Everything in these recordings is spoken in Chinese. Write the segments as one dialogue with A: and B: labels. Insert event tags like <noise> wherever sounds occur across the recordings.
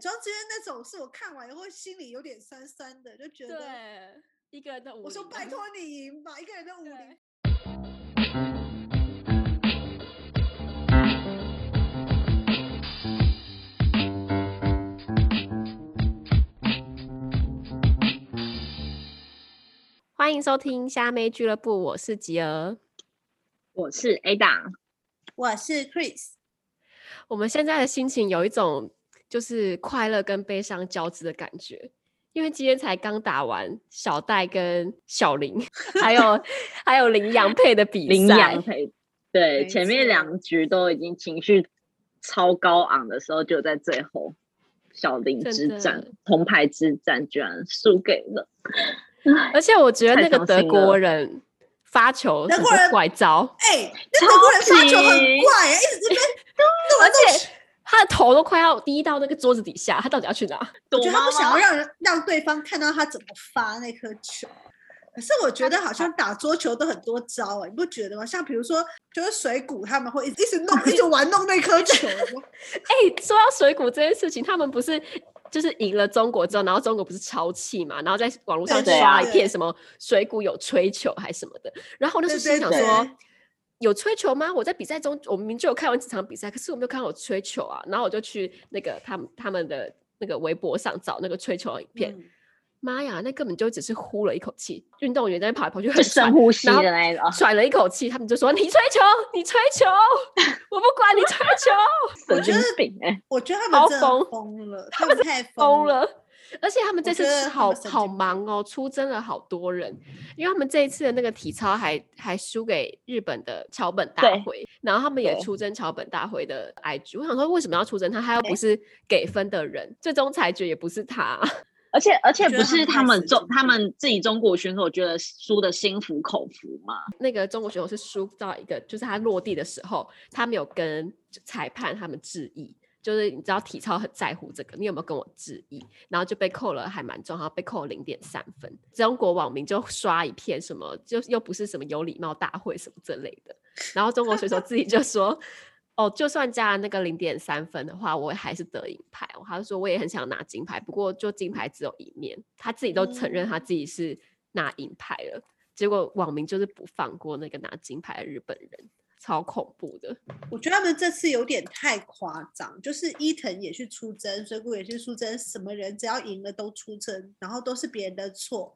A: 主要之前那种是我看完以后心里有点酸酸的，就觉得
B: 对，一个人的舞，啊
A: 我说拜，托你赢吧，一个人的武林
B: 对，
C: 欢迎收听虾妹俱乐部，我是吉儿。
D: 我是 A 档，
A: 我是 Chris，
C: 我们现在的心情有一种就是快乐跟悲伤交织的感觉，因为今天才刚打完小戴跟小林，
A: <laughs>
C: 还有还有羚羊配的比
D: 羚
C: 赛
D: 羊。配，对，
A: 没
D: 前面两局都已经情绪超高昂的时候，就在最后小林
C: 真
D: 之
C: 的
D: 战、铜牌之战居然输给了，
C: 而且我觉得
D: 太
C: 那个
D: 伤
C: 德
D: 心
C: 国
D: 了
C: 人发球
A: 德
C: 什
A: 国人
C: 么怪招，
A: 哎、那德国人发球很
D: 超级
A: 怪、一直这
C: <laughs>
A: 边弄来弄
C: 而
A: 去，
C: 且他的头都快要低到那个桌子底下，他到底要去哪？
A: 我
D: 我
A: 觉得他不想要让人让对方看到他怎么发那颗球。可是我觉得好像打桌球都很多招哎、你不觉得吗？像比如说，就是水谷他们会一直一直弄，一直玩弄那颗球，
C: <laughs> 哎、说到水谷这件事情，他们不是就是赢了中国之后，然后中国不是超气嘛，然后在网络上
D: 对
C: 刷
D: 啊
C: 一片什么水谷有吹球还什么的，然后我那时候
A: 对
C: 心里
A: 对
C: 想说。
A: 对
C: 有吹球吗？我在比赛中，我明明就有看完几场比赛，可是我没有看到有吹球啊。然后我就去那个他们他们的那个微博上找那个吹球的影片。
A: 嗯
C: 妈呀，那根本就只是呼了一口气，运动员在那跑来跑去
D: 就
C: 很
D: 深
C: 喘，
D: 呼吸
C: 然后
D: 的那一种，
C: 喘了一口气，他们就说你吹球，你吹球， <laughs> 我不管你吹球。
D: 神
A: 觉
D: 经
A: 得
D: 病哎，
A: 我觉得他们
C: 超
A: 真的
C: 疯
A: 疯
C: <laughs>
A: 了，他们太
C: 疯
A: 了。
C: 了。而且他们这
A: 嗯
C: 次
A: 觉得
C: 是
A: 他
C: 好
A: 们神
C: 好
A: 经
C: 忙哦，出征了好多人，因为他们这一次的那个体操还还输给日本的桥本大
D: 对
C: 会，然后他们也
D: 对
C: 出征桥本大会的 IG。我想说，为什么要出征他？他又
A: 对
C: 不是给分的人，最终裁决也不是他。 <laughs>
D: 而且而且
A: 觉
D: 不
A: 得他
D: 是
A: 们太
D: 他们
A: 神
D: 中
A: 经
D: 他们自己中国选手觉得输的心服口服嘛，
C: 那个中国选手是输到一个，就是他落地的时候，他没有跟裁判他们致意，就是你知道体操很在乎这个，你有没有跟我致意？然后就被扣了还蛮重，然后被扣零点三分。中国网民就刷一片什么，就又不是什么有礼貌大会什么这类的，然后中国选手自己就说。哦，就算加了那个零点三分的话，我还是得银牌哦。他就说我也很想拿金牌，不过就金牌只有一面，他自己都承认他自己是拿银牌了。结果网民就是不放过那个拿金牌的日本人，超恐怖的。
A: 我觉得他们这次有点太夸张，就是伊藤也去出征，水谷也去出征，什么人只要赢了都出征，然后都是别人的错，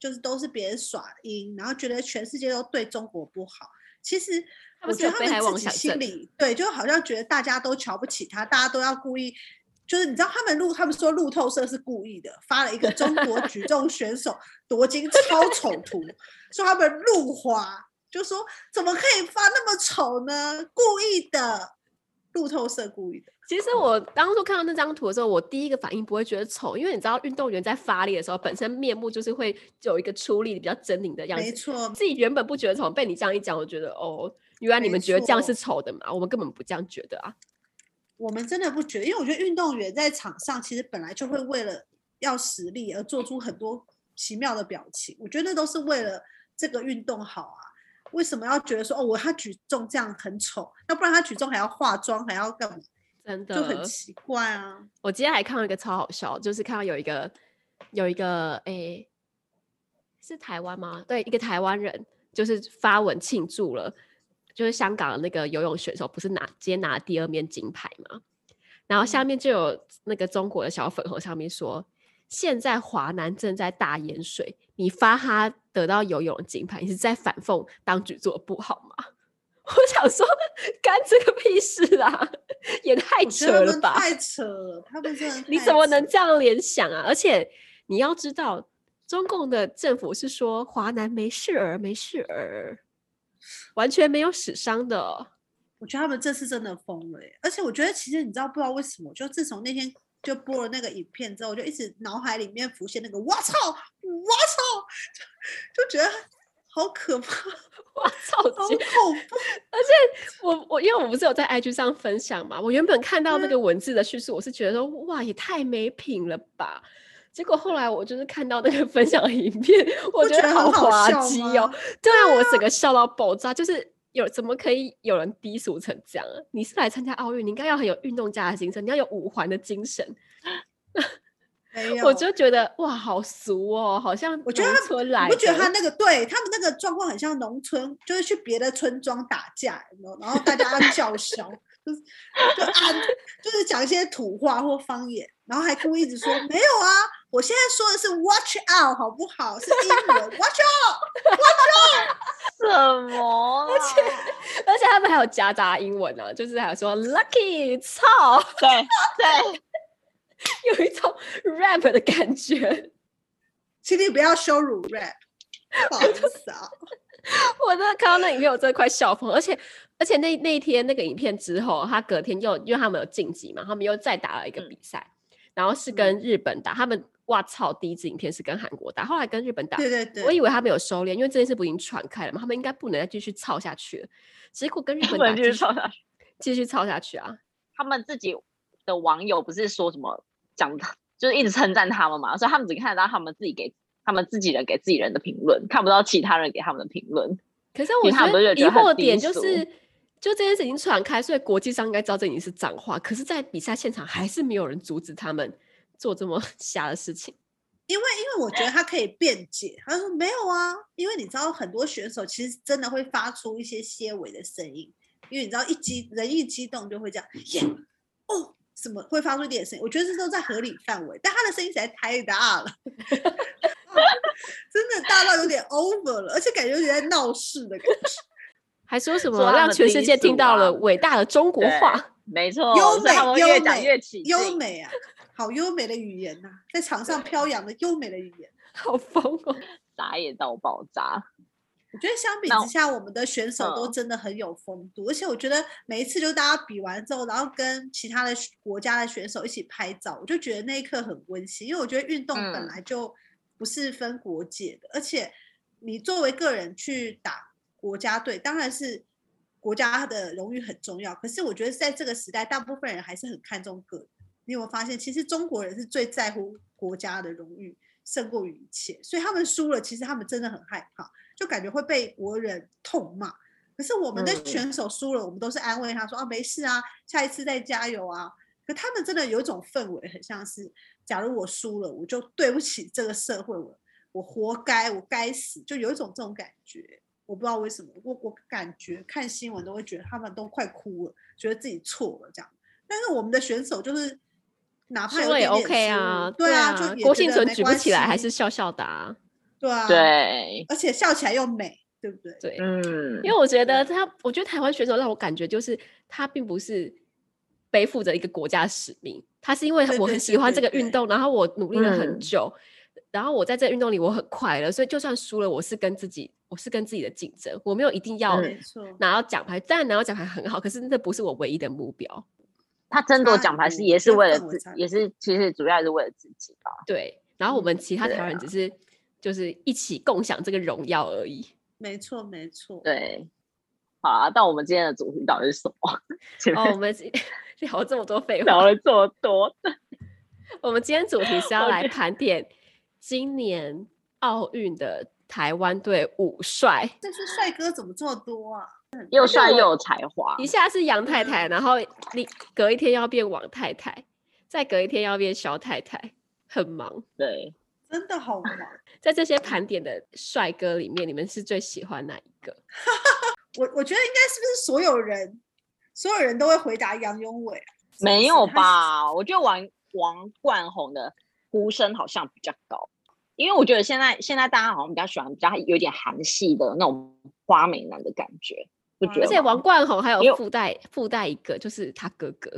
A: 就是都是别人耍阴，然后觉得全世界都对中国不好。其实我
C: 他们是
A: 觉得他
C: 有被害
A: 们
C: 妄
A: 自己
C: 想
A: 心
C: 症
A: 里对，就好像觉得大家都瞧不起他，大家都要故意。就是你知道他们路，他们说路透社是故意的，发了一个中国举重选手夺金超丑图，说他们路滑，就说怎么可以发那么丑呢？故意的，路透社故意的。
C: 其实我当初看到那张图的时候，我第一个反应不会觉得丑，因为你知道运动员在发力的时候，本身面目就是会有一个出力比较狰狞的样
A: 没
C: 子。
A: 错，
C: 自己原本不觉得丑，被你这样一讲，我觉得哦，原来你
A: 没
C: 们觉得这样是
A: 错
C: 丑的嘛？我们根本不这样觉得啊。
A: 我们真的不觉得，因为我觉得运动员在场上其实本来就会为了要实力而做出很多奇妙的表情，我觉得那都是为了这个运动好啊。为什么要觉得说哦，我他举重这样很丑，要不然他举重还要化妆，还要干嘛，
C: 真的，
A: 就很奇怪啊。
C: 我今天还看到一个超好笑，就是看到有一个有一个诶、是台湾吗？对，一个台湾人就是发文庆祝了，就是香港的那个游泳选手不是拿今天拿了第二面金牌嘛，然后下
A: 嗯
C: 面就有那个中国的小粉红上面说，现在华南正在大淹水，你发他得到游泳金牌，你是在反讽当局做的不好吗？ <laughs> 我想说，干这个屁事啊！ <laughs> 也太
A: 我觉得
C: 扯
A: 他
C: 了
A: 们
C: 吧！
A: 太扯了，他们真的
C: <laughs> 你
A: 太
C: 怎么
A: 扯
C: 能这样联想啊？而且你要知道，中共的政府是说华南没事儿，没事儿，完全没有死伤的哦。 <laughs>
A: 我觉得他们这次真的疯了耶，而且我觉得其实你知道不知道为什么，就自从那天就播了那个影片之后，我就一直脑海里面浮现那个“我操，我操”， <laughs> 就觉得好可怕，
C: 哇操！
A: 好
C: 姐
A: 恐怖。
C: 我我因为我不是有在 IG 上分享嘛，我原本看到那
A: 嗯
C: 个文字的叙述，我是觉得说哇也太没品了吧。结果后来我就是看到那个分享的影片， <laughs> 我
A: 不觉
C: 得
A: 得很好
C: 滑
A: 笑
C: 稽
A: 吗
C: 哦，对啊，我整个笑到爆炸，就是有怎么可以有人低俗成这样啊？你是来参加奥运，你应该要很有运动家的精神，你要有五环的精神。
A: 没有，
C: 我就觉得哇，好俗哦，好像
A: 我觉得
C: 农
A: 他
C: 村来
A: 你不觉得
C: 的
A: 他那个对他们那个状况很像农村，就是去别的村庄打架，有没有然后大家叫嚣，就是就按就是讲一些土话或方言，然后还故意一直说没有啊，我现在说的是 watch out 好不好？是英文 watch out，
D: 什么啊？而且
C: 而且他们还有夹杂英文呢、啊就是还有说 lucky 操， <laughs>
D: 对对，
C: 有一种 rap 的感觉。
A: 请你不要羞辱 rap，不好意思啊，
C: 我真的看到那影片，我真的快笑疯了。而且而且那那一天那个影片之后，他隔天又因为他们有晋级嘛，他们又再打了一个
D: 嗯
C: 比赛，然后是跟日本打。他们哇操，第一支影片是跟韩国打，后来跟日本打。
A: 对对
C: 我
A: 对，
C: 以为他们有收敛，因为这件事不已经传开了嘛，他们应该不能再继续操下去了。结果跟日
D: 他
C: 本打
D: 们
C: 继
D: 就是
C: 续
D: 说他
C: 继续操下去啊！
D: 他们自己的网友不是说什么讲他， <laughs> 就是一直称赞他们嘛，所以他们只看得到他们自己给他们自己人给自己人的评论，看不到其他人给他们的评论。
C: 可是
D: 因
C: 我
D: 为他
C: 觉
D: 们
C: 得
D: 都
C: 疑
D: 觉得很
C: 惑
D: 低
C: 点就
D: 俗
C: 是，就这件事已经传开，所以国际上应该知道这已经是脏话，可是，在比赛现场还是没有人阻止他们做这么 <laughs> 瞎的事情。
A: 因为因为我觉得他可以辩解，他说没有啊，因为你知道很多选手其实真的会发出一些些微的声音，因为你知道一激人一激动就会这样，耶哦什么会发出一点声音，我觉得这都在合理范围，但他的声音实在太大了， <laughs> 真的大到有点 over 了，而且感觉有点在闹事的感觉，
C: 还说什
D: 说
C: 么
D: 他
C: 让
D: 们
C: 全
D: 低
C: 世界听
D: 俗
C: 到了
D: 啊
C: 伟大的中国
D: 对
C: 话？
D: 没错，
A: 优
D: 所以他
A: 美
D: 们会
A: 优
D: 越讲
A: 美
D: 越起
A: 优
D: 劲。
A: 美啊，好优美的语言呐、在场上飘扬的优美的语言。
C: 好疯哦！
D: 打野到爆炸，
A: 我觉得相比
D: 那
A: 之下，我们的选手都
D: 嗯
A: 真的很有风度，而且我觉得每一次就大家比完之后，然后跟其他的选国家的选手一起拍照，我就觉得那一刻很温馨，因为我觉得运动本
D: 嗯
A: 来就不是分国界的，而且你作为个人去打国家队，当然是国家的荣誉很重要，可是我觉得在这个时代，大部分人还是很看重个人。你有没有发现，其实中国人是最在乎国家的荣誉，胜过于一切，所以他们输了，其实他们真的很害怕。就感觉会被国人痛骂。可是我们的
D: 嗯
A: 选手输了，我们都是安慰他说啊，没事啊，下一次再加油啊。可他们真的有一种氛围，很像是，假如我输了，我就对不起这个社会，我我活该，我该死，就有一种这种感觉。我不知道为什么，我我感觉看新闻都会觉得他们都快哭了，觉得自己错了这样。但是我们的选手就是，哪怕有
C: 输了
A: 一
C: 也
A: 点点
C: OK
A: 输
C: 啊，
A: 对
C: 啊，
A: 就也
C: 郭
A: 觉
C: 幸
A: 得
C: 存
A: 没
C: 举不
A: 关
C: 起来，还
A: 系
C: 是笑笑的啊。
A: 对啊，，
D: 对，
A: 而且笑起来又美，对不对？
C: 对，
D: 嗯，
C: 因为我觉得他，我觉得台湾选手让我感觉就是他并不是背负着一个国家使命，他是因为
A: 对
C: 我
A: 对对
C: 很喜欢这
A: 对
C: 个运
A: 对
C: 动，然后我努力了很
D: 嗯
C: 久，然后我在这个运动里我很快乐，所以就算输了，我是跟自己，我是跟自己的竞争，我没有一定要
D: 嗯
A: 没错。
C: 拿到奖牌，当然拿到奖牌很好，可是那不是我唯一的目标。
D: 他争夺
A: 差很
D: 奖牌是
A: 多
D: 也是
A: 这
D: 为了
A: 氛围
D: 自
A: 差，很
D: 也是其实主要还是为了自己吧。
C: 对，然后我们其他
D: 对啊
C: 台湾人只是就是一起共享这个荣耀而
D: <laughs>
C: 已。
A: 没错，没错。，
D: 对，好啊，但我们今天的主题到底是什么？ <laughs> 前
C: 哦，
D: 面
C: 我们今 <laughs> 聊了这么多废
D: 聊
C: 话，
D: 了这么
A: <laughs>
D: 多，
C: 我们今天主题是要
D: 我
C: 来
D: 觉
C: 盘点今年奥运的台湾队五帅，
A: 但是帅哥怎么这么多啊？
D: 又帅又有才华，
C: 一下是杨太太，然后你隔一天要变王太太，再隔一天要变肖太太，很忙。
D: 对，
A: 真的好忙。
C: 在这些盘点的帅哥里面，你们是最喜欢哪一个？
A: 我我觉得应该是不是所有人，所有人都会回答杨永伟啊、是不
D: 没
A: 是
D: 有？
A: 他
D: 吧？我觉得王王冠宏的呼声好像比较高，因为我觉得现在现在大家好像比较喜欢比较有点韩系的那种花美男的感觉，不觉
C: 而
D: 得吗？
C: 且王冠宏还
D: 因
C: 有
D: 为
C: 附带附带一个，就是他哥哥，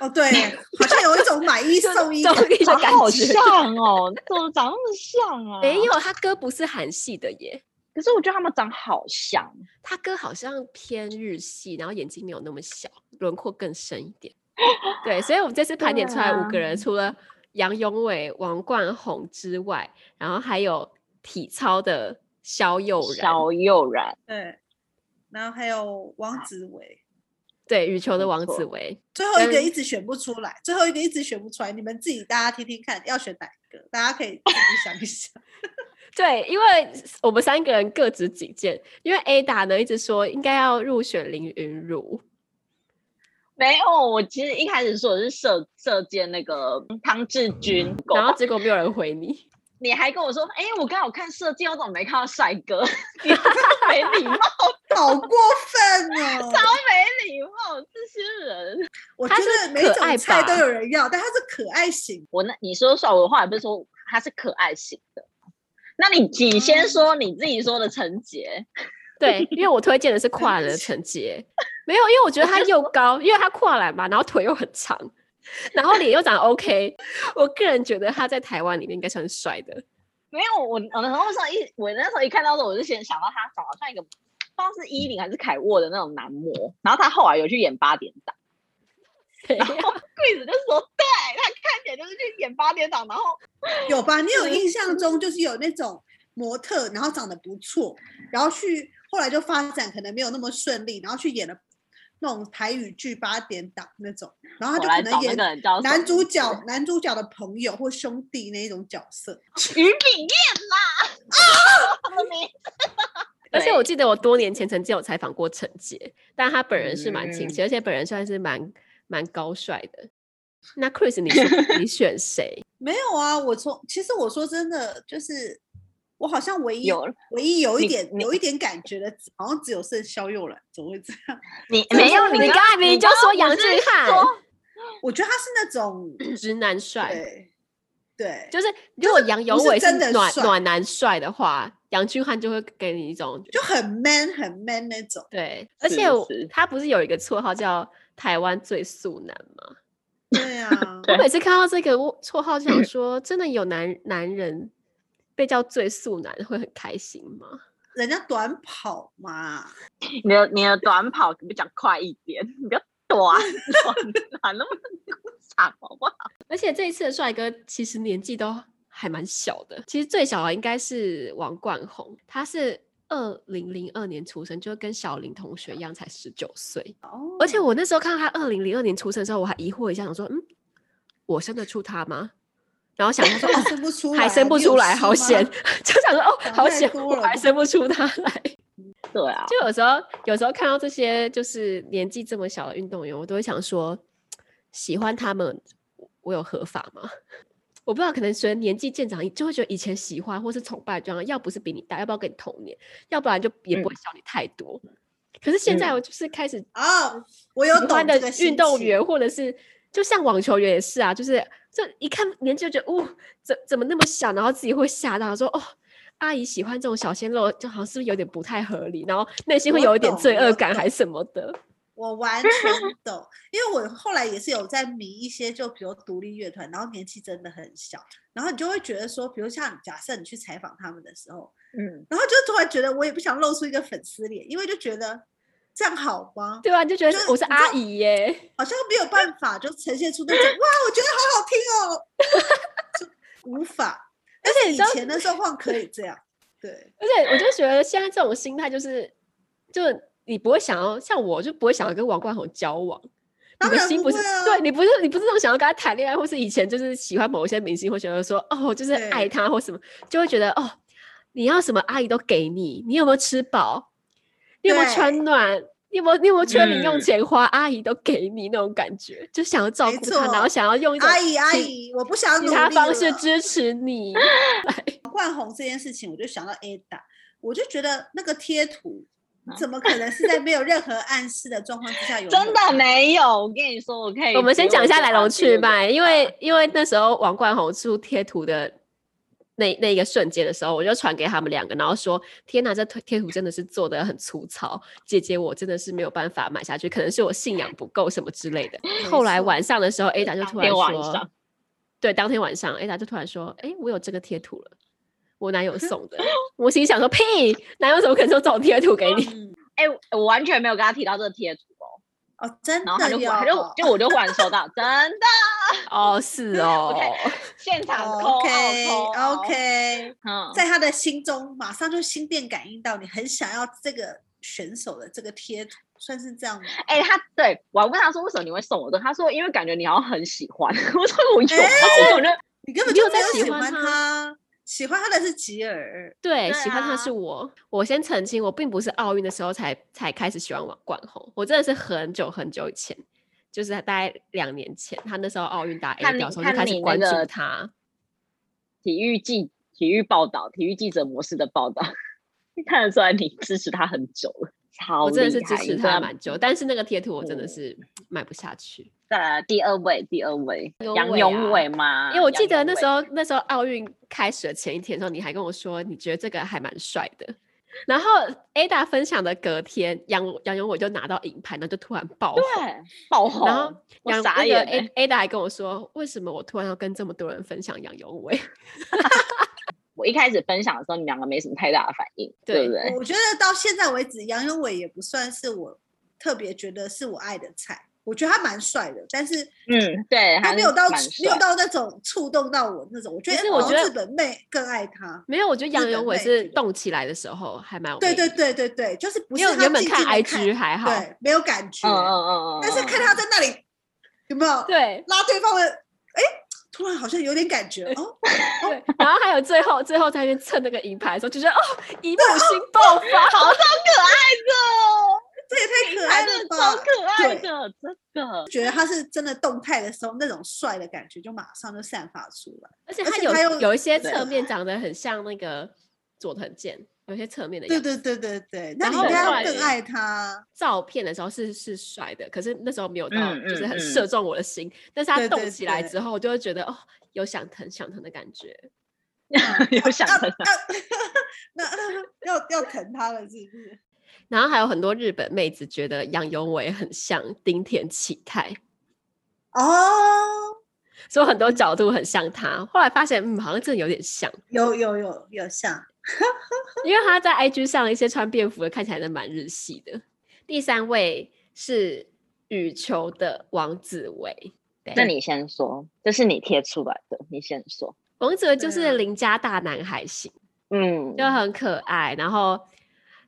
A: 哦，对，好像有一种买一
C: 就是 <laughs>
A: 送一
C: 综
A: 的。
C: 艺的
D: 长
C: 感
D: 好
C: 觉。
D: 像哦，怎么长那么像啊？
C: 没有，他哥不是韩系的耶，
D: 可是我觉得他们长好像，
C: 他哥好像偏日系，然后眼睛没有那么小，轮廓更深一点。对，所以我们这次盘点出来五个
D: 啊
C: 人，除了杨永伟、王冠宏之外，然后还有体操的肖佑然，
D: 小又然，
A: 对，然后还有王子维，
C: 对，羽球的
D: 没
C: 王
D: 错
C: 子维。
A: 最后一个
C: 跟
A: 一直选不出来，最后一个一直选不出来，你们自己大家听听看，要选哪一个？大家可以自己想一想。
C: 对，因为我们三个人各执己见，因为 Ada 呢一直说应该要入选林云儒，
D: 没有，我其实一开始说的是射射箭那个汤志军，
C: 嗯
D: 狗
C: 然后结果没有人回你，
D: 你还跟我说，哎、我刚好看射箭，我怎么没看到帅哥？ <laughs> 你真的 <laughs> 没礼貌，
A: 好过分哦！
C: <laughs>
D: 超没礼貌，这些人。
A: 我觉
C: 他
A: 得
C: 是
A: 每
C: 可
A: 种
C: 爱
A: 菜都
C: 吧
A: 有人要，但它是可爱型。
D: 我那你说帅，我后来不是说他是可爱型的。那你你
A: 嗯
D: 先说你自己说的陈杰，
C: 对，因为我推荐的是跨栏的陈杰，没有，因为我觉得他又高，因为他跨栏嘛，然后腿又很长，然后脸又长得 OK，我个人觉得他在台湾里面应该算是帅的。
D: 没有我，我那时候一我那时候一看到的时候，我就先想到他长得像一个不知道是伊林还是凯沃的那种男模，然后他后来有去演八点档。
C: 对
D: 然后柜子就说：“对他看起来就是去演八点档，然后
A: 有吧？你
C: 嗯
A: 有印象中就是有那种模特，然后长得不错，然后去后来就发展可能没有那么顺利，然后去演了那种台语剧八点档那种，然后
D: 我
A: 他就
D: 来
A: 可
D: 找
A: 能
D: 那
A: 演
D: 个人叫什么
A: 男主角男主角的朋友或兄弟那一种角色。
D: 于炳彦啦。”啊，你
C: 而且我
D: 对
C: 记得我多年前曾经有采访过陈杰，但他本人是蛮亲
D: 嗯
C: 切，而且本人算是蛮蛮高帅的。那 Chris，你
D: <laughs>
C: 是你选谁？
A: 没有啊，我从其实我说真的，就是我好像唯一
D: 有了
A: 唯一有一
D: 你
A: 点
D: 你
A: 有一点感觉的，好像只有剩肖佑了，怎么会这样？ <laughs>
D: 你
A: 是
D: 没有
A: 你
C: 刚才明明就
D: 刚
C: 说
D: 不
C: 杨
D: 是
C: 俊翰
D: 说
A: 我觉得他是那种
C: 直男帅，
A: 对对，
C: 就是如果杨永
A: 不是
C: 伟是
A: 真的
C: 暖
A: 帅
C: 暖男帅的话，杨俊翰就会给你一
D: <laughs>
C: 种
A: 就很 man 很 man 那种。
C: 对，而
D: 是
C: 且我
D: 是，
C: 他不是有一个绰号叫台湾最素男吗？
A: 对
C: <laughs>
A: 啊
D: 对
C: 我每次看到这个我绰号，就
D: 嗯
C: 想说，真的有男男人被叫最素男会很开心吗？
A: 人家短跑嘛，
D: 你的你的短跑可不可以讲快一点？你不要短
A: <laughs>
D: 短哪那么长好不好？
C: 而且这一次的帅哥其实年纪都还蛮小的，其实最小的应该是王冠宏，他是二零零二年出生，就跟小林同学一样才十九岁。
A: 哦
C: 而且
D: 嗯
C: 我那时候看到他二零零二年出生的时候，我还疑惑一下，想说，嗯，我生得出他吗？然后想他说，
A: 还
C: 哦，
A: 生不出来，
C: <laughs> 还生不
A: 你有
C: 出来，
A: 事
C: 好
A: 吗 <laughs>
C: 险！就想说，哦，
A: 想
C: 好
A: 太
C: 险，
A: 多
C: 我
A: 了
C: 还
A: 吧
C: 生不出他来。
D: 对啊，
C: 就有时候，有时候看到这些就是年纪这么小的运动员，我都会想说，喜欢他们，我有合法吗？ <laughs> 我不知道，可能随着年纪渐长，就会觉得以前喜欢或是崇拜对方，要不是比你大，要不要跟你同年，要不然就也
A: 嗯
C: 不会小你太多。可是现在
D: 嗯
C: 我就是开始
A: 哦，我有
C: 喜
A: 懂
C: 欢
A: 这
C: 的
A: 个心
C: 运动
A: 情
C: 员，或者是就像网球员也是啊，就是就一看年纪就觉得，哦，怎怎么那么小，然后自己会吓到，说哦，阿姨喜欢这种小鲜肉，就好像是不是有点不太合理，然后内心会
A: 我
C: 有一点
A: 懂
C: 罪恶
A: 我
C: 感还
A: 懂
C: 什么的。
A: 我完全懂，因为我后来也是有在迷一些，就比如独立乐团，然后年纪真的很小，然后你就会觉得说，比如像假设你去采访他们的时候，
D: 嗯，
A: 然后就突然觉得我也不想露出一个粉丝脸，因为就觉得这样好吗？
C: 对啊，你就觉得
A: 就是
C: 我是
A: 你知
C: 阿
A: 道
C: 姨耶，
A: 好像没有办法就呈现出那种哇，我觉得好好听哦，就无法。但
C: 且
A: 是
C: 你
A: 以
C: 知道
A: 前的状况可以这样，对，
C: 而且我就觉得现在这种心态就是，就是你不会想要像我就不会想要跟王冠宏交往。你
A: 当
C: 的
A: 然
C: 心
A: 不
C: 不是、
A: 会啊
C: 对你不是你不是那种想要跟他谈恋爱，或是以前就是喜欢某一些明星，会觉得说哦，就是爱
A: 对
C: 他或什么，就会觉得哦，你要什么阿姨都给你，你有没有吃饱？你有没有穿
A: 对
C: 暖？你有没有你有没有缺零用
D: 嗯
C: 钱花？阿姨都给你那种感觉，就想要照
A: 没
C: 顾他，然后
A: 错
C: 想要用一种
A: 阿姨阿
C: 其
A: 姨，我不想要
C: 其
A: 努
C: 他
A: 力
C: 方式
A: 了
C: 支持你。
A: 冠宏这件事情，我就想到 Ada，我就觉得那个贴图
D: 啊
A: 怎么可能是在没有任何暗示的状况之下有
D: 真的
A: 人
D: 没有。我跟你说，我可以。
C: 我们先讲一下来龙去脉，因为因为那时候王冠宏出贴图的那那一个瞬间的时候，我就传给他们两个，然后说：“天哪，这贴贴图真的是做的很粗糙，姐姐我真的是没有办法买下去，可能是我信仰不够什么之类的。”
A: 没
C: 后来
A: 错
C: 晚上的时候，Ada 就
D: 当
C: 突然
D: 天晚
C: 说
D: 上：“
C: 对，当天晚上，Ada 就突然说：‘哎，我有这个贴图了，我男友送的。’我心想说：‘屁，男友怎么可能送这种贴
A: <laughs>
C: 图给你？’
A: 嗯
D: 哎、我完全没有跟他提到这个贴图哦。
A: 哦，真
D: 然后他
A: 的哦
D: 就
A: 有，
D: 忽然他就就我就忽然收到，真的
C: 哦，是哦。
D: 现
A: <laughs>
D: 场抠
A: OK OK，
D: 嗯，
A: 在他的心中马上就心电感应到你很想要这个选手的这个贴图，算是这样吗？
D: 哎、他对我还问他说为什么你会送我的，他说因为感觉你好像很喜欢， <laughs> 我说我有
A: 哎
D: 啊，我觉得
A: 你根本
C: 你
A: 就
C: 有
A: 没
C: 在喜
A: 喜
C: 欢
A: 欢
C: 他
A: 他，喜欢他的是吉尔，
C: 对，
D: 对
C: 喜欢他
D: 啊
C: 是我。我先澄清，我并不是奥运的时候才才开始喜欢王冠宏，我真的是很久很久以前就是大概两年前，他那时候奥运打 A
D: 看
C: 标的
D: 你
C: 时候就
D: 看
C: 开始
D: 你
C: 关注
D: 那个
C: 他。
D: 体育记体育报道、体育记者模式的报道， <laughs> 看得出来你支持他很久了，超
C: 我真的
D: 厉
C: 是支
D: 害
C: 持
D: 你
C: 他
D: 真的
C: 蛮久，但是那个贴图我真的
D: 嗯
C: 是买不下去，
D: 再来第二位，第二位
C: 杨
D: 杨
C: 伟啊
D: 永伟嘛，
C: 因为我记
D: 杨
C: 得
D: 永
C: 那时
D: 伟
C: 候那时候奥运开始的前一天的时候，你还跟我说你觉得这个还蛮帅的。然后 Ada 分享的隔天，杨杨勇我就拿到银牌，然后就突然爆红。
D: 对哦爆红，
C: 然后
D: 我
C: 杨
D: 傻
C: 那个
D: 眼、
C: A
D: 欸，
C: Ada 还跟我说，为什么我突然要跟这么多人分享杨永伟？ <laughs>
D: 我一开始分享的时候，你们两个没什么太大的反应，
C: 对
D: 对不对？
A: 我觉得到现在为止，杨永伟也不算是我特别觉得是我爱的菜。我觉得他蛮帅的，但是
D: 嗯，对，
A: 他
D: 还
A: 没有到
D: 蛮
A: 没有
D: 帅嗯
A: 到那种触动到我那种。我觉
C: 不
A: 得
C: 是我
A: 好
C: 觉
A: 像
C: 得
A: 日本妹更爱他。
C: 没有，我觉得
A: 日
C: 杨
A: 本
C: 永伟
A: 妹
C: 是
A: 子
C: 动起来的时候还蛮有
A: 对
C: 魅
A: 对
C: 力，
A: 对对对，就是不是
C: 因为我
A: 他
C: 原本
A: 静
C: 看
A: 静地
C: IG 还好，
A: 对没有感觉，
D: 嗯嗯嗯嗯，
A: 但是看
D: 嗯
A: 他在那里有没有
C: 对
A: 拉对方的，哎，突然好像有点感觉哦。 <laughs>
C: 对。然后还有最后最后在那边蹭那个银牌的时候，就觉得哦，一幕新
A: 啊
C: 爆发，
D: 好超可爱
A: 这也太可
D: 的，
A: 爱
D: 还
A: 了
D: 是
A: 吧
D: 超！可爱的，真 <laughs> 的。
A: 觉得他是真的动态的时候，那种帅的感觉就马上就散发出来。
C: <laughs> 而且
A: 而
C: 他
A: 且
C: 有
A: 他又
C: 有一些
D: 对
C: 侧面长得很像那个佐藤健，有些侧面的
A: 对
C: 样子。
A: 对对对对，那
C: 然
A: 你
C: 后
A: 应该
D: 后
A: 要
D: 来
A: 更爱
C: <laughs>
A: 他。
C: 照片的时候是是帅的，可是那时候没有到，
D: 嗯
C: 就是
D: 嗯
C: 很
D: 嗯
C: 射中我的心。但是他
A: 对对
C: 动起来
A: 对
C: 之后，我就会觉得哦，有想疼想疼的感觉。
D: 有想
A: 要
D: 到
A: 要嗯那 <laughs> 要要疼他了，是不是？
C: 然后还有很多日本妹子觉得杨永伟很像丁田启泰，
A: 哦，
C: 所以很多角度很像他。后来发现，嗯，好像真的有点像，
A: 有有有有像，
C: 因为他在 IG 上一些穿便服的看起来真的蛮日系的。第三位是羽球的王子维，对
D: 那你先说，这是你贴出来的，你先说。
C: 王子维就
A: 对
C: 是
A: 啊
C: 邻家大男孩型。
D: 嗯，
C: 就很可爱，然后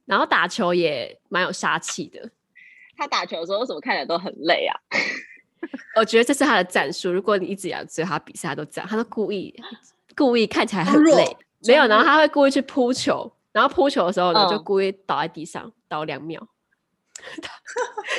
C: 然后打球也蛮有杀气的。
D: 他打球的时候为什么看起来都很累啊？
C: 我觉得这是他的战术。如果你一直要追他比赛，他都这样，他都故意故意看起来
A: 装
C: 很
A: 弱
C: 累，没有，
A: 装
C: 然后
A: 弱
C: 他会故意去扑球，然后扑球的时候呢，就
D: 嗯
C: 故意倒在地上倒两秒，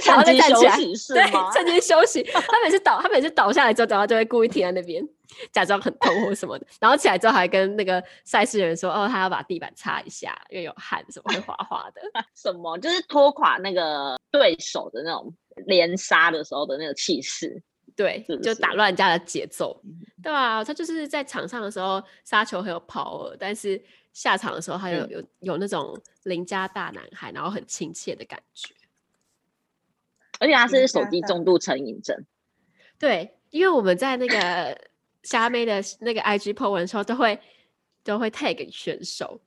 C: 然后
D: 趁
C: 再站起
D: 机休
C: 来
D: 息是
C: 对
D: 吗，？
C: 趁机休息。他每次倒，他每次倒下来之后，然后就会故意停在那边，假装很痛或什么的。然后起来之后还跟那个赛事人说，哦，他要把地板擦一下，因为有汗什么会滑滑的。
D: 什么？就是拖垮那个对手的那种连杀的时候的那个气势。
C: 对
D: 是，不嗯
C: 就是打乱人家的节奏，对啊，他就是在场上的时候杀球很有 power，但是下场的时候他有、
D: 嗯
C: 有有那种邻家大男孩，然后很亲切的感觉。
D: 而且他
A: 明
D: 是手
A: 白
D: 机
A: 了
D: 重度成瘾症，
C: 对，因为我们在那个虾妹的那个 IG po 文的时候，都会都会 tag 选手，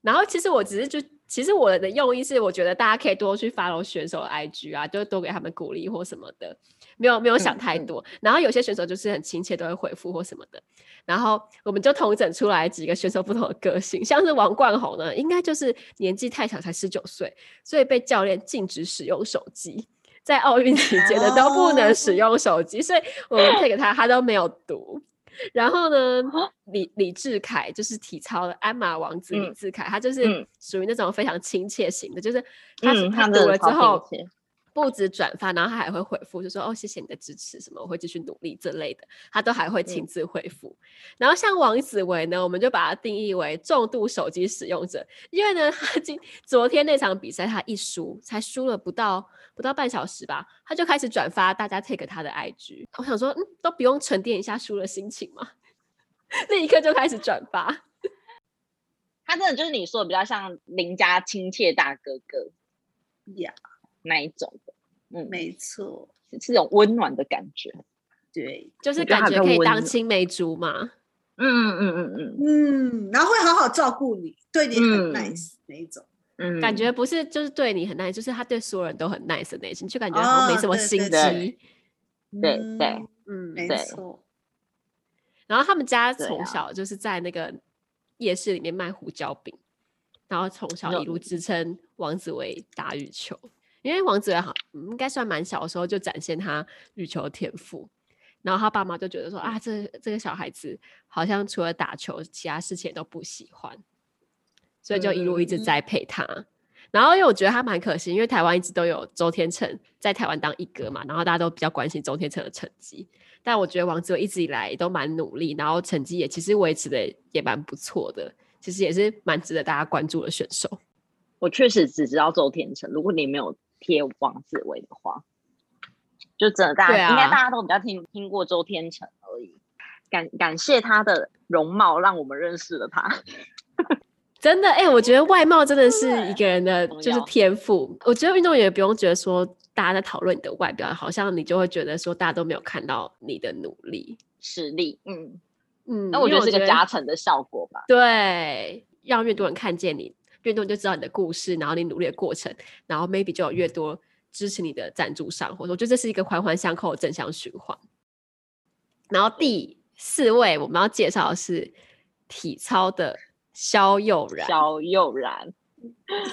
C: 然后其实我只是就。其实我的用意是，我觉得大家可以多去 follow 选手的 IG 啊，就多给他们鼓励或什么的，没有没有想
D: 嗯
C: 太
D: 嗯
C: 多。然后有些选手就是很亲切，都会回复或什么的。然后我们就统整出来几个选手不同的个性，像是王冠宏呢，应该就是年纪太小，才十九岁，所以被教练禁止使用手机，在奥运期间呢都不能
D: 哦
C: 使用手机，所以我们 take 他，他都没有读。然后呢，
D: 哦
C: 李李志凯就是体操的鞍马王子李
D: 嗯
C: 志凯，他就是
D: 嗯
C: 属于那种非常亲切型的，就是他、
D: 嗯
C: 他
D: 他真
C: 读
D: 的
C: 了之
D: 超亲
C: 后
D: 切，
C: 不止转发，然后他还会回复，就说哦谢谢你的支持，什么我会继续努力这类的，他都还会亲
D: 嗯
C: 自回复。然后像王子维呢，我们就把他定义为重度手机使用者，因为呢， <laughs> 他今昨天那场比赛他一输，才输了不到不到半小时吧，他就开始转发大家 take 他的 IG，我想说，嗯，都不用沉淀一下输了心情 <laughs> 嘛，立刻就开始转发。
D: 他真的就是你说的比较像邻家亲切大哥哥
A: 呀，
D: 那一种的，嗯，
A: 没错，
D: 是是种温暖的感觉。
A: 对，
C: 就是
D: 我觉
C: 感
D: 得他
C: 觉
D: 比较
C: 可以
D: 温
C: 当
D: 柔
C: 青梅竹马，
D: 嗯嗯嗯嗯
A: 嗯，然后会好好照顾你，对你很
D: 嗯
A: nice 那一种，
D: 嗯
C: 感觉不是就是对你很 nice，就是他对所有人都很 nice 的那种，就感觉
A: 哦
C: 好像没什么
A: 对
C: 心
A: 对
C: 机。
D: 对对
A: 嗯
D: 对，
C: 嗯，
A: 没
D: 对
A: 错，
C: 然后他们家
D: 对
C: 从
D: 啊
C: 小就是在那个夜市里面卖胡椒饼，然后从小一路
D: 有
C: 支撑王子维打羽球，因为王子维好嗯应该算蛮小的时候就展现他羽球的天赋，然后他爸妈就觉得说啊，这这个小孩子好像除了打球，其他事情也都不喜欢，所以就一路一直
A: 嗯
C: 栽培他。然后因为我觉得他蛮可惜，因为台湾一直都有周天成在台湾当一哥嘛，然后大家都比较关心周天成的成绩。但我觉得王志伟一直以来都蛮努力，然后成绩也其实维持的也蛮不错的，其实也是蛮值得大家关注的选手。
D: 我确实只知道周天成，如果你没有贴王子维的话，就真的大
C: 对
D: 家、
C: 啊
D: 应该大家都比较听听过周天成而已。感感谢他的容貌，让我们认识了他。
C: 真的，哎、我觉得外貌真的是
D: 对不对
C: 一个人的
D: 重
C: 就是
D: 要
C: 天赋。我觉得运动员不用觉得说大家在讨论你的外表，好像你就会觉得说大家都没有看到你的努力。
D: 实力，嗯，
C: 嗯，
D: 那我
C: 因
D: 觉
C: 为
D: 得是个加成的效果吧。
C: 对，让越多人看见你，越多人就知道你的故事，然后你努力的过程，然后 maybe 就有越多支持你的赞助商，或者我觉得这是一个环环相扣的正向循环。然后第四位我们要介绍的是体操的肖佑然，
D: 肖又然，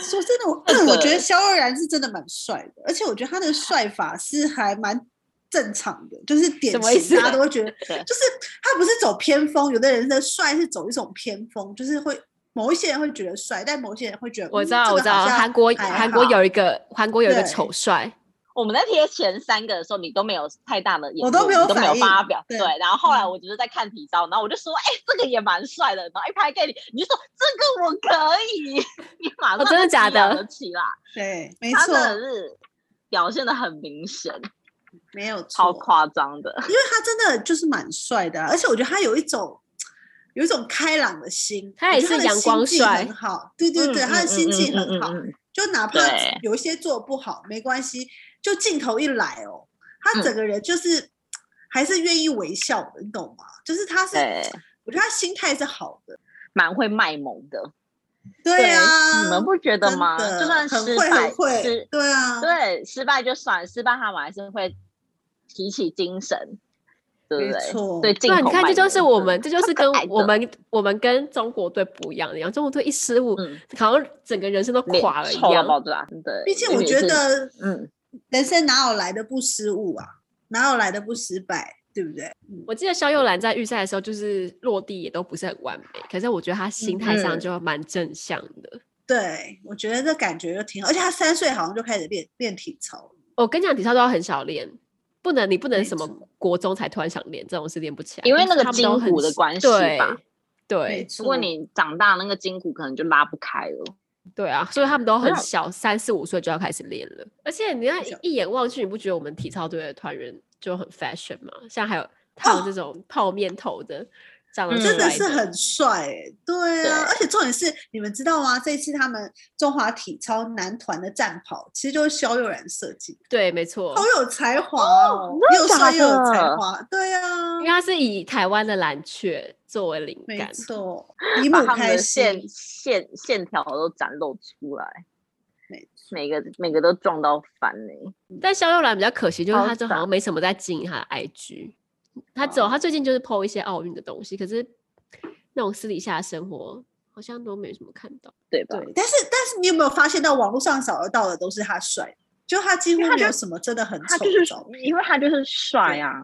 A: 说真的，我
D: 那
A: 我觉得
D: 个
A: 萧若然是真的蛮帅的，而且我觉得他的帅法是还蛮正常的，就是典
C: 什么意
A: 型，大家
C: 思
A: 都会觉得，
D: 对
A: 就是他不是走偏锋，有的人的帅是走一种偏锋，就是会某一些人会觉得帅，但某一些人会觉得，
C: 我
A: 嗯
C: 知道，
A: 这
C: 我
A: 个
C: 知道，
A: 好像
C: 韩国
A: 还
C: 韩国
A: 好
C: 有一个韩国有一个
A: 对
C: 丑帅，
D: 我们在贴前三个的时候，你都没有太大的眼，
A: 我都没有
D: 你都没有
A: 反应
D: 发表。
A: 对嗯
D: 对，然后后来我就是在看体操，然后我就说，哎、这个也蛮帅的。然后一拍给你，你就说这个我可以，你马
C: 哦
D: 上
C: 真的
D: 就
C: 假
D: 激昂
C: 的
D: 了起来，
A: 对，没
D: 他
A: 错
D: 真，的是表现的很明显，
A: 没有错，
D: 超夸张的。
A: 因为他真的就是蛮帅的啊、而且我觉得他有一种。有一种开朗的心，
C: 他
A: 我
C: 也
A: 觉得
C: 是
A: 的
C: 阳
A: 心
C: 光
A: 境
C: 帅
A: 很好。对对对，
D: 嗯
A: 他的心境
D: 嗯嗯
A: 很
D: 嗯
A: 好，
D: 嗯嗯嗯
A: 就哪怕
D: 对
A: 有一些做不好没关系，就镜头一来哦，他整
D: 嗯
A: 个人就是、还是愿意微笑的，你懂吗？就是他是，
D: 对，
A: 我觉得他心态是好的。
D: 蛮会卖萌的。
A: 对啊，
D: 你们不觉得
A: 真
D: 吗？
A: 的
D: 就算
A: 很
D: 失
A: 会
D: 败，
A: 很
D: 失
A: 会，对啊，
D: 对失败就算了，失败他们还是会提起精神，对不
A: 没错
D: 对？
C: 对
D: 对，镜
C: 啊，你
D: 头
C: 看，
D: 卖
C: 这就是
D: 萌
C: 我
D: 真
C: 们，这就是
D: 超可
C: 跟
D: 爱
C: 我
D: 的
C: 们我们跟中国队不一样的一样，中国队一失误，
D: 嗯
C: 好像整个人生都
D: 脸
C: 垮了一
D: 臭到
C: 样。
D: 爆炸，对。
A: 毕竟
D: 因
A: 我
D: 为
A: 觉
D: 是，
A: 得
D: 嗯，
A: 人生哪有来的不失误啊，哪有来的不失败，对不对？
C: 我记得肖佑兰在预赛的时候，就是落地也都不是很完美，可是我觉得他心态上
D: 嗯
C: 就蛮正向的。
A: 对，我觉得这感觉就挺好，而且他三岁好像就开始练练体操了。
C: 我跟你讲，体操都要很少练，不能你不能
A: 没
C: 什么
A: 错
C: 国中才突然想练，这种是练不起来，
D: 因为那个
C: 他们都
D: 筋
C: 很
D: 骨的
C: 小
D: 关系
C: 对
D: 吧
A: 没
C: 对
A: 错
D: 如果你长大那个筋骨可能就拉不开了，
C: 对啊，所以他们都很
D: 那
C: 小，三四五岁就要开始练了。而且你看
A: 小
C: 一眼望去，你不觉得我们体操队的团员就很 fashion 吗？像还有烫这种泡面头的，长得
D: 哦嗯
A: 真的
C: 帅
A: 是很帅、欸，对啊，
D: 对
A: 而且重点是，你们知道吗？这一次他们中华体操男团的战袍，其实就是肖佑然设计，
C: 对，没错
A: 好，有才华哦，又
D: 真的假
A: 帅又有才
D: 的
A: 华，对啊
C: 因为，他是以台湾的蓝雀作为灵
A: 没
C: 感，
A: 错，姨
D: 把
A: 母
D: 他们
A: 开
D: 的
A: 心
D: 线，线线条都展露出来，
A: 没
D: 每个每个都撞到翻呢、
C: 但肖佑兰比较可惜，就是
D: 好
C: 他就好像
D: 惨
C: 没什么在经营他的 IG，他只有他最近就是 PO 一些奥运的东西，可是那种私底下的生活好像都没什么看到。
D: 对啊吧？
A: 对，但是但是你有没有发现到网络上找得到的都是他帅，就他几乎
D: 因为他
A: 没有
D: 就
A: 什么真的很
D: 他
A: 丑
D: 就
A: 的
D: 是
A: 照片，
D: 因为他就是帅啊，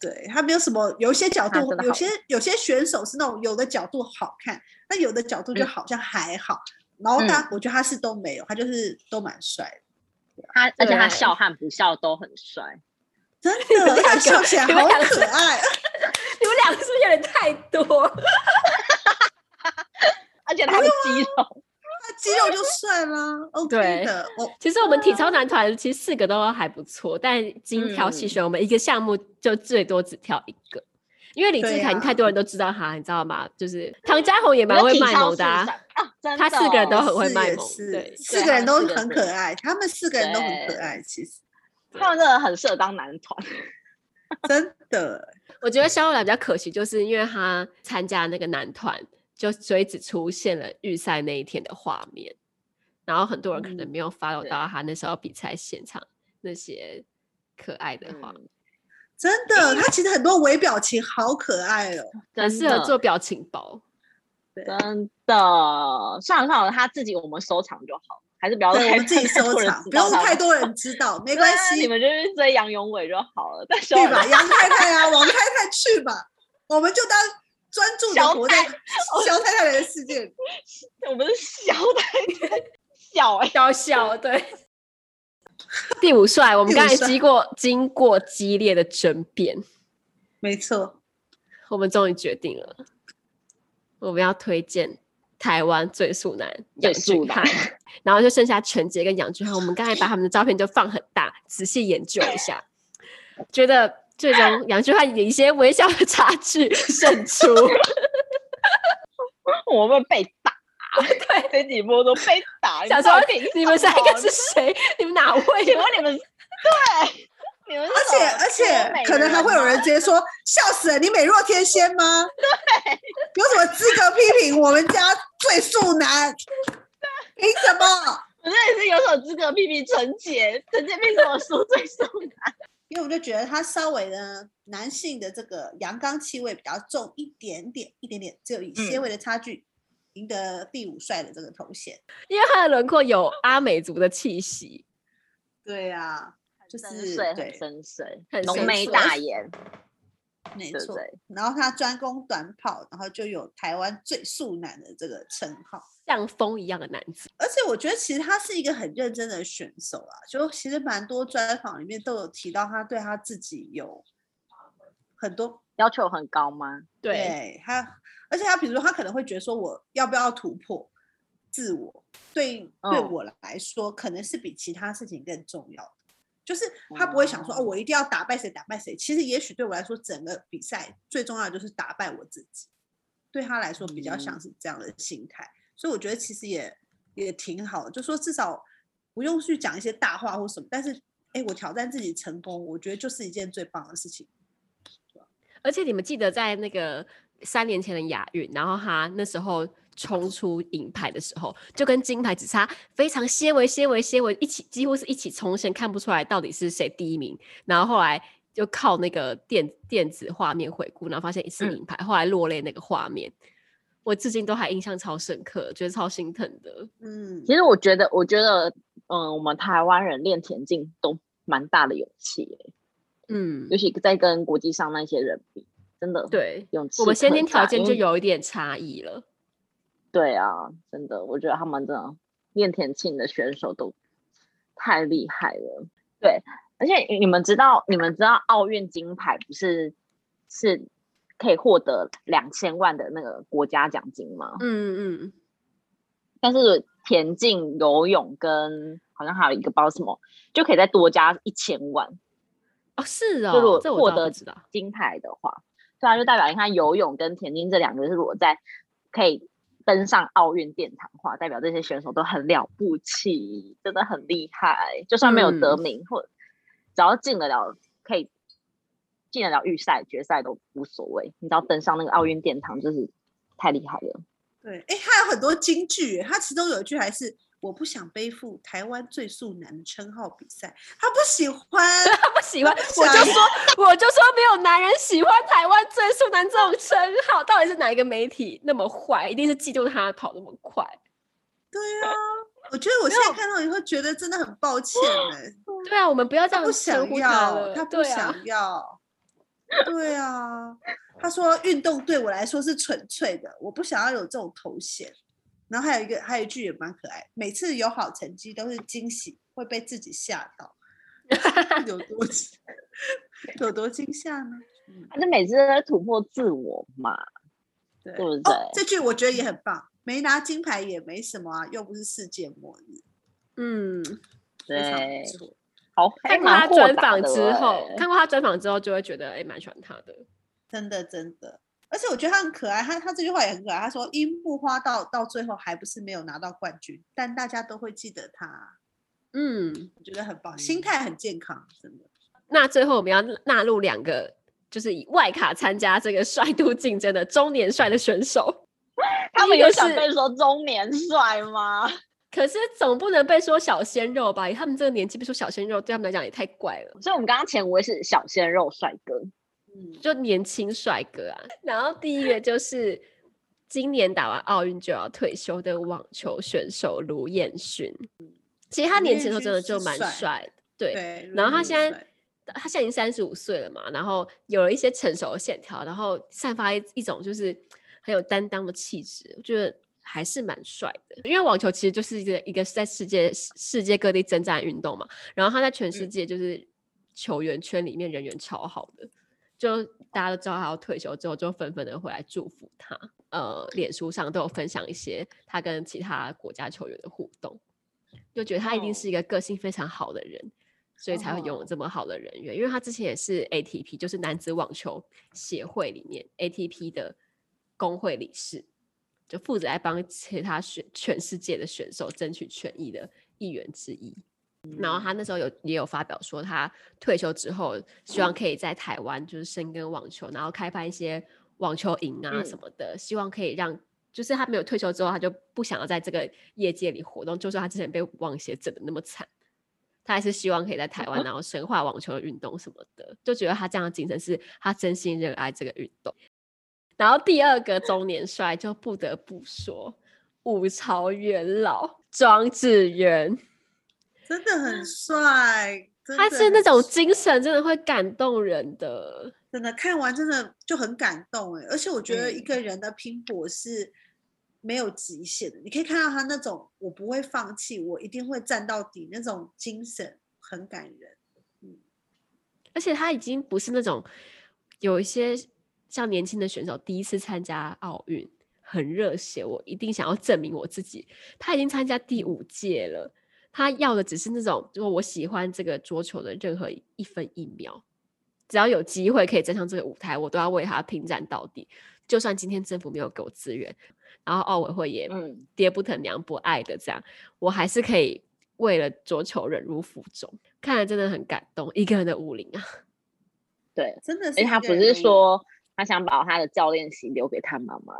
A: 对他没有什么，有一些角
D: 他
A: 度
D: 真，的
A: 有
D: 好
A: 些有些选手是那种有的角度好看，那有的角度就
D: 嗯
A: 好像还好。然后他，我觉得他是都没有，他就是都蛮帅的，
D: 他而且他
C: 对
D: 笑和不笑都很帅， <laughs>
A: 真的，而且他
C: 两个
A: 笑起来
C: 你们
A: 好
C: 两个
A: 可爱。
C: <laughs> 你们两个是不是有点太多？ <laughs>
D: 而且
A: 哎
D: 他的肌肉，
A: 他肌肉就帅啦，OK
C: 对
A: 的。哦
D: <laughs>
A: 我
C: 其实我们体操男团其实四个都还不错，但精挑细选，我们一个项目就最多只挑一个。因为李
A: 对
C: 志
A: 啊
C: 凯，你太多人都知道他，你知道吗？就是唐佳红也
D: 我
C: 蛮
D: 觉得
C: 会
D: 体
C: 卖
D: 操
C: 萌的、啊
D: 是闪，啊，真
C: 他
D: 的
C: 四个人
D: 哦
C: 都很会
A: 是
C: 卖
A: 也
C: 萌
A: 是
C: 对
A: 四
D: 对
A: 个
D: 他
A: 人
D: 们
A: 都
D: 四个
A: 很
D: 是
A: 可爱，他们四个人都很可
D: 对
A: 爱，其实
D: 他们真的很适合当男团，
A: 真的
C: 我觉得肖若兰比较可惜，就是因为他参加那个男团，就所以只出现了预赛那一天的画面，然后很多人可能
A: 嗯
C: 没有 follow
D: 对
C: 到他那时候比赛现场那些可爱的画面。
D: 嗯
A: 真的，他其实很多微表情好可爱哦。
C: 很适合做表情包。
A: 对，
D: 真的，算了算了，他自己我们收藏就好，还是不要
A: 对，我
D: 太
A: 们自己
D: 太
A: 收
D: 多人
A: 藏，
D: 知
A: 不
D: 道
A: 用
D: 他
A: 太
D: 们
A: 多人知道，没
D: 对
A: 关
D: 啊
A: 系
D: 你。们就是追杨永伟就好了。但是
A: 去吧，杨太太啊，王太太去吧，我们就当专注的
D: 小
A: 活在
D: 太 <laughs>
A: 肖太太的世界里。
D: 我们是小太太，笑哎、
C: 笑笑，对。第五帅，我们
A: 第五
C: 刚才
A: 帅
C: 经过经过激烈的争辩，
A: 没错，
C: 我们终于决定了，我们要推荐台湾最速男杨
D: 最
C: 俊
D: 速男
C: 翰， <laughs> 然后就剩下陈杰跟杨俊翰。我们刚才把他们的照片就放很大，仔细研究一下，觉得最终杨俊翰有一些微小的差距胜 <laughs> 出。
D: 我们被打。对，这几波都被打。
C: 想
D: 你们
C: 说
D: 到底
C: 你们三
D: 什
C: 个
D: 么
C: 是谁？你们哪位？
D: <laughs> 请问你们对，你们是
A: 而且而
D: 什么多
A: 且
D: 美啊
A: 可能还会有
D: 吗
A: 人直接说：“笑死了，你美若天仙吗？”对，有什么资格批评我们家最素
D: <laughs>
A: 男？凭什么？
D: 我真的是有所资格批评陈姐，陈姐凭什么输最输的？
A: 因为我就觉得他稍微的男性的这个阳刚气味比较重一点点，一点点，只有一些
D: 嗯
A: 微的差距，赢得第五帅的这个头衔。
C: 因为他的轮廓有阿美族的气息，
A: 对呀、就是
D: 深邃，啊很
A: 对
D: 深邃，
C: 很
D: 浓
C: 深
D: 眉
C: 邃
D: 大眼，
A: 没
D: 对不
A: 错。
D: 对？
A: 然后他专攻短跑，然后就有台湾最速男的这个称号。
C: 像风一样的男子。
A: 而且我觉得其实他是一个很认真的选手啊，就其实蛮多专访里面都有提到他对他自己有很多
D: 要求很高吗？
C: 对，
A: 他，而且他比如说他可能会觉得说我要不要突破自我，对、对
D: 嗯
A: 我来说可能是比其他事情更重要的。就是他不会想说哦，我一定要打败谁打败谁。其实也许对我来说，整个比赛最重要的就是打败我自己。对他来说比较像是这样的心态，所以我觉得其实也也挺好的，就说至少不用去讲一些大话或什么，但是哎，我挑战自己成功，我觉得就是一件最棒的事情。
C: 而且你们记得在那个三年前的亚运，然后他那时候冲出银牌的时候，就跟金牌只差非常些微、些微、些微，一起几乎是一起冲线，看不出来到底是谁第一名。然后后来就靠那个电电子画面回顾，然后发现是
D: 嗯
C: 银牌，后来落泪那个画面，我至今都还印象超深刻，觉得超心疼的。
A: 嗯，
D: 其实我觉得，我觉得，嗯，我们台湾人练田径都蛮大的勇气耶，
C: 嗯，
D: 尤其在跟国际上那些人比，真的
C: 对，
D: 勇气
C: 我们先
D: 可
C: 天条
D: 大
C: 件
D: 因
C: 就
D: 为
C: 有一点差异了。
D: 对啊，真的，我觉得他们真的练田径的选手都太厉害了。对，而且你们知道，你们知道奥运金牌不是是可以获得两千万的那个国家奖金吗？
C: 嗯嗯，
D: 但是田径、游泳跟好像还有一个不知道什么，就可以再多加一千万
C: 哦是
D: 就如
C: 哦
D: 果，
C: 这
D: 获
C: 我倒
D: 得
C: 不知道。 <laughs>
D: 金牌的话，对啊，就代表你看游泳跟田径这两个是我在可以登上奥运殿堂的话，代表这些选手都很了不起，真的很厉害。就算没有得
C: 嗯
D: 名，或只要进得了，可以进得了预赛、决赛都无所谓。你只要登上那个奥运殿堂，就是太厉害了。
A: 对，哎，他有很多金句耶，他其中有一句还是“我不想背负台湾最速男的称号比赛”，他不喜
C: <laughs>
A: 欢，
C: 不喜欢，
A: 不
C: <laughs> 我就
A: 想
C: 说，我就说没有男人喜欢台湾最速男这种称号，到底是哪一个媒体那么坏？一定是嫉妒他跑那么快。
A: 对啊，我觉得我现在看到以后觉得真的很
C: <gasps>
A: 抱歉哎，
C: 对啊，我们不要这
A: 他
C: 样
A: 不
C: 称
A: 想
C: 呼
A: 要，
C: 了。
A: 他不
C: 对啊，
A: 想要，对啊，他说运动对我来说是纯粹的，我不想要有这种头衔。然后还有一个，还有一句也蛮可爱，每次有好成绩都是惊喜，会被自己吓
C: <laughs>
A: 到，有多 <laughs> 有多惊吓呢？
D: 他就每次都在突破自我嘛，
A: 对
D: 对不对
A: 哦，这句我觉得
C: 嗯
A: 也很棒，没拿金牌也没什么啊，又不是世界末日，
C: 嗯，
A: 非常
D: 对
A: 不，错。
D: 好，还
C: 看过
D: 蛮
C: 他
D: 豁
C: 专
D: 达
C: 访
D: 的
C: 之后
D: 欸，
C: 看过他专访之后，就会觉得哎，蛮喜欢他的。
A: 真的真的。而且我觉得他很可爱，他他这句话也很可爱。他说：“樱木花道到最后还不是没有拿到冠军，但大家都会记得他。
C: 嗯”，
A: 我觉得很棒，心态很健康，真的。
C: 那最后我们要纳入两个，就是以外卡参加这个帅度竞争的中年帅的选手。
D: 他们
C: 一个
D: 有想
C: 是
D: 被说中年帅吗？ <laughs>
C: 可是总不能被说小鲜肉吧？以他们这个年纪被说小鲜肉，对他们来讲也太怪了。
D: 所以我们刚刚前五位是小鲜肉帅哥，
A: 嗯，
C: 就年轻帅哥啊。 <laughs> 然后第一个就是今年打完奥运就要退休的网球选手卢彦勋，其实他
A: 卢
C: 年
A: 彦
C: 轻的时候真
A: 勋
C: 的就是蛮
A: 帅
C: 帅的，对。
A: 对。
C: 然后他
A: 如
C: 现在
A: 此，
C: 他现在已经三十五岁了嘛，然后有了一些成熟的线条，然后散发一一种就是很有担当的气质，我觉得还是蛮帅的。因为网球其实就是一个一个在世界世界各地征战的运动嘛，然后他在全世界就是球员圈里面人缘超好的，就大家都知道他要退休之后，就纷纷的回来祝福他。呃，脸书上都有分享一些他跟其他国家球员的互动，就觉得他一定是一个个性非常好的人。所以才会拥有这么好的人缘。因为他之前也是 ATP，就是男子网球协会里面 ATP 的工会理事，就负责来帮其他选全世界的选手争取权益的一员之一。然后他那时候有也有发表说，他退休之后希望可以在台湾就是深耕网球，然后开办一些网球营啊
D: 嗯
C: 什么的，希望可以让。就是他没有退休之后，他就不想要在这个业界里活动。就说他之前被网协整的那么惨，他还是希望可以在台湾，然后深化网球的运动什么的，就觉得他这样的精神是他真心热爱这个运动。然后第二个中年帅就不得不说武朝元老庄智渊，
A: 真的很帅。真
C: 他
A: 的
C: 是那
A: 很
C: 种精神真的会感动人的，
A: 真的看完真的就很感动哎，而且我觉得一
C: 嗯
A: 个人的拼搏是没有极限的，你可以看到他那种我不会放弃，我一定会站到底那种精神，很感人。
C: 而且他已经不是那种有一些像年轻的选手第一次参加奥运很热血，我一定想要证明我自己。他已经参加第五届了，他要的只是那种，就是我喜欢这个桌球的任何一分一秒，只要有机会可以站上这个舞台，我都要为他拼战到底。就算今天政府没有给我资源，然后奥委会也
D: 嗯，
C: 爹不疼娘不爱的这样，我还是可以为了桌球忍辱负重，看来真的很感动。一个人的武林啊，
D: 对。
A: 真的是
D: 而
A: 一
D: 且
A: 个人
D: 他
A: 而已，
D: 不是说他想把他的教练席留给他妈妈，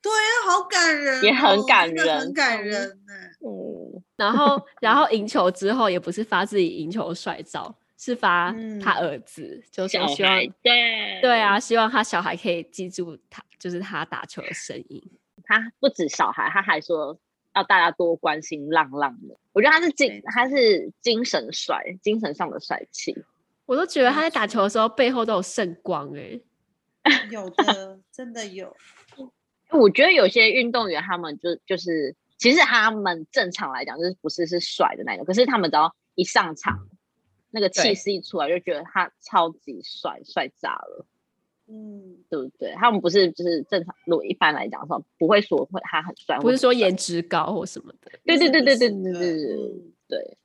A: 对啊，好感人哦、
D: 也很感
A: 真的很
D: 人
A: 感
D: 嗯
A: 人呢、
D: <laughs> 嗯，
C: 然后
D: <laughs>
C: 然后赢球之后也不是发自己赢球的帅照，是发他
A: 嗯
C: 儿子，就
D: 小
C: 说希望
D: 孩嗯对
C: 对啊，，希望他小孩可以记住他，就是他打球的声音。
D: 他不止小孩，他还说要大家多关心浪浪的。我觉得他是
A: 没
D: 精，他是精神帅，精神上的帅气。
C: 我都觉得
A: 没
C: 他在打球的时候背后都有圣光哎、
A: 有的真的有，
D: 我觉得有些运动员他们就就是，其实他们正常来讲就是不是是帅的那种，可是他们只要一上场，那个
C: 对
D: 气势一出来，就觉得他超级帅，帅炸了，
A: 嗯，
D: 对不对？他们不是就是正常，如果一般来讲的话，不会说会他很帅，
C: 不是
D: 或
C: 说
D: 帅
C: 颜值高或什么的，
D: 对对对
A: 不
D: 对
A: 是
D: 对
A: 不
D: 对
A: 是
D: 对
A: 的
D: 对
A: 嗯
D: 对。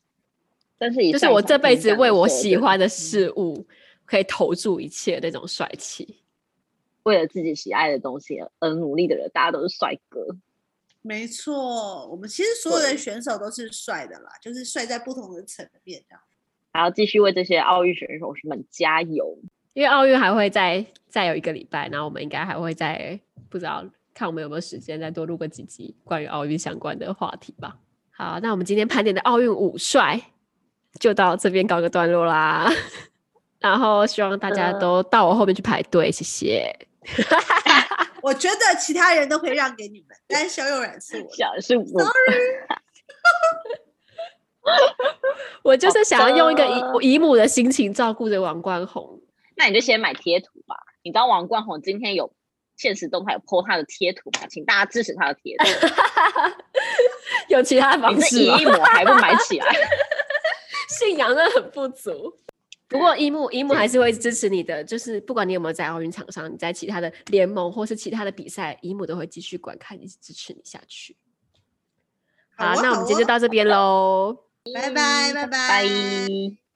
D: 但是以
C: 就是
D: 上
C: 我
D: 场
C: 这辈
D: 评
C: 子
D: 价
C: 为
D: 的嗯
C: 我
D: 时候
C: 喜
D: 就
C: 欢的事物可以投注一切那种帅气。
D: 为了自己喜爱的东西而努力的人，大家都是帅哥。
A: 没错，我们其实所有的
D: 对
A: 选手都是帅的啦，就是帅在不同的层面这样。
D: 还要继续为这些奥运选手们加油。
C: 因为奥运还会再再有一个礼拜，然后我们应该还会再不知道看我们有没有时间再多录个几集关于奥运相关的话题吧。好，那我们今天盘点的奥运五帅就到这边告个段落啦。 <laughs> 然后希望大家
D: 嗯
C: 都到我后面去排队，谢谢。
A: 我觉得其他人都会让给你们，但是小友然是我的。
D: 想是我
C: 我就是
D: 好
C: 想要用一个姨
D: 的
C: 我姨母的心情照顾着王冠宏，
D: 那你就先买贴图吧。你知道王冠宏今天有现实动态有 po 他的贴图吗？请大家支持他的贴图。
C: 有其他方
D: 你这
C: 式吗
D: 一？模还不买起来？
C: <laughs> 信仰真的很不足。不过一木一木还是会支持你的，就是不管你有没有在奥运场上，你在其他的联盟或是其他的比赛，一木都会继续观看，一直支持你下去。好，
A: 啊
C: 那我们今天就
A: 啊
C: 到这边喽。
A: 拜拜拜
D: 拜
A: 拜。。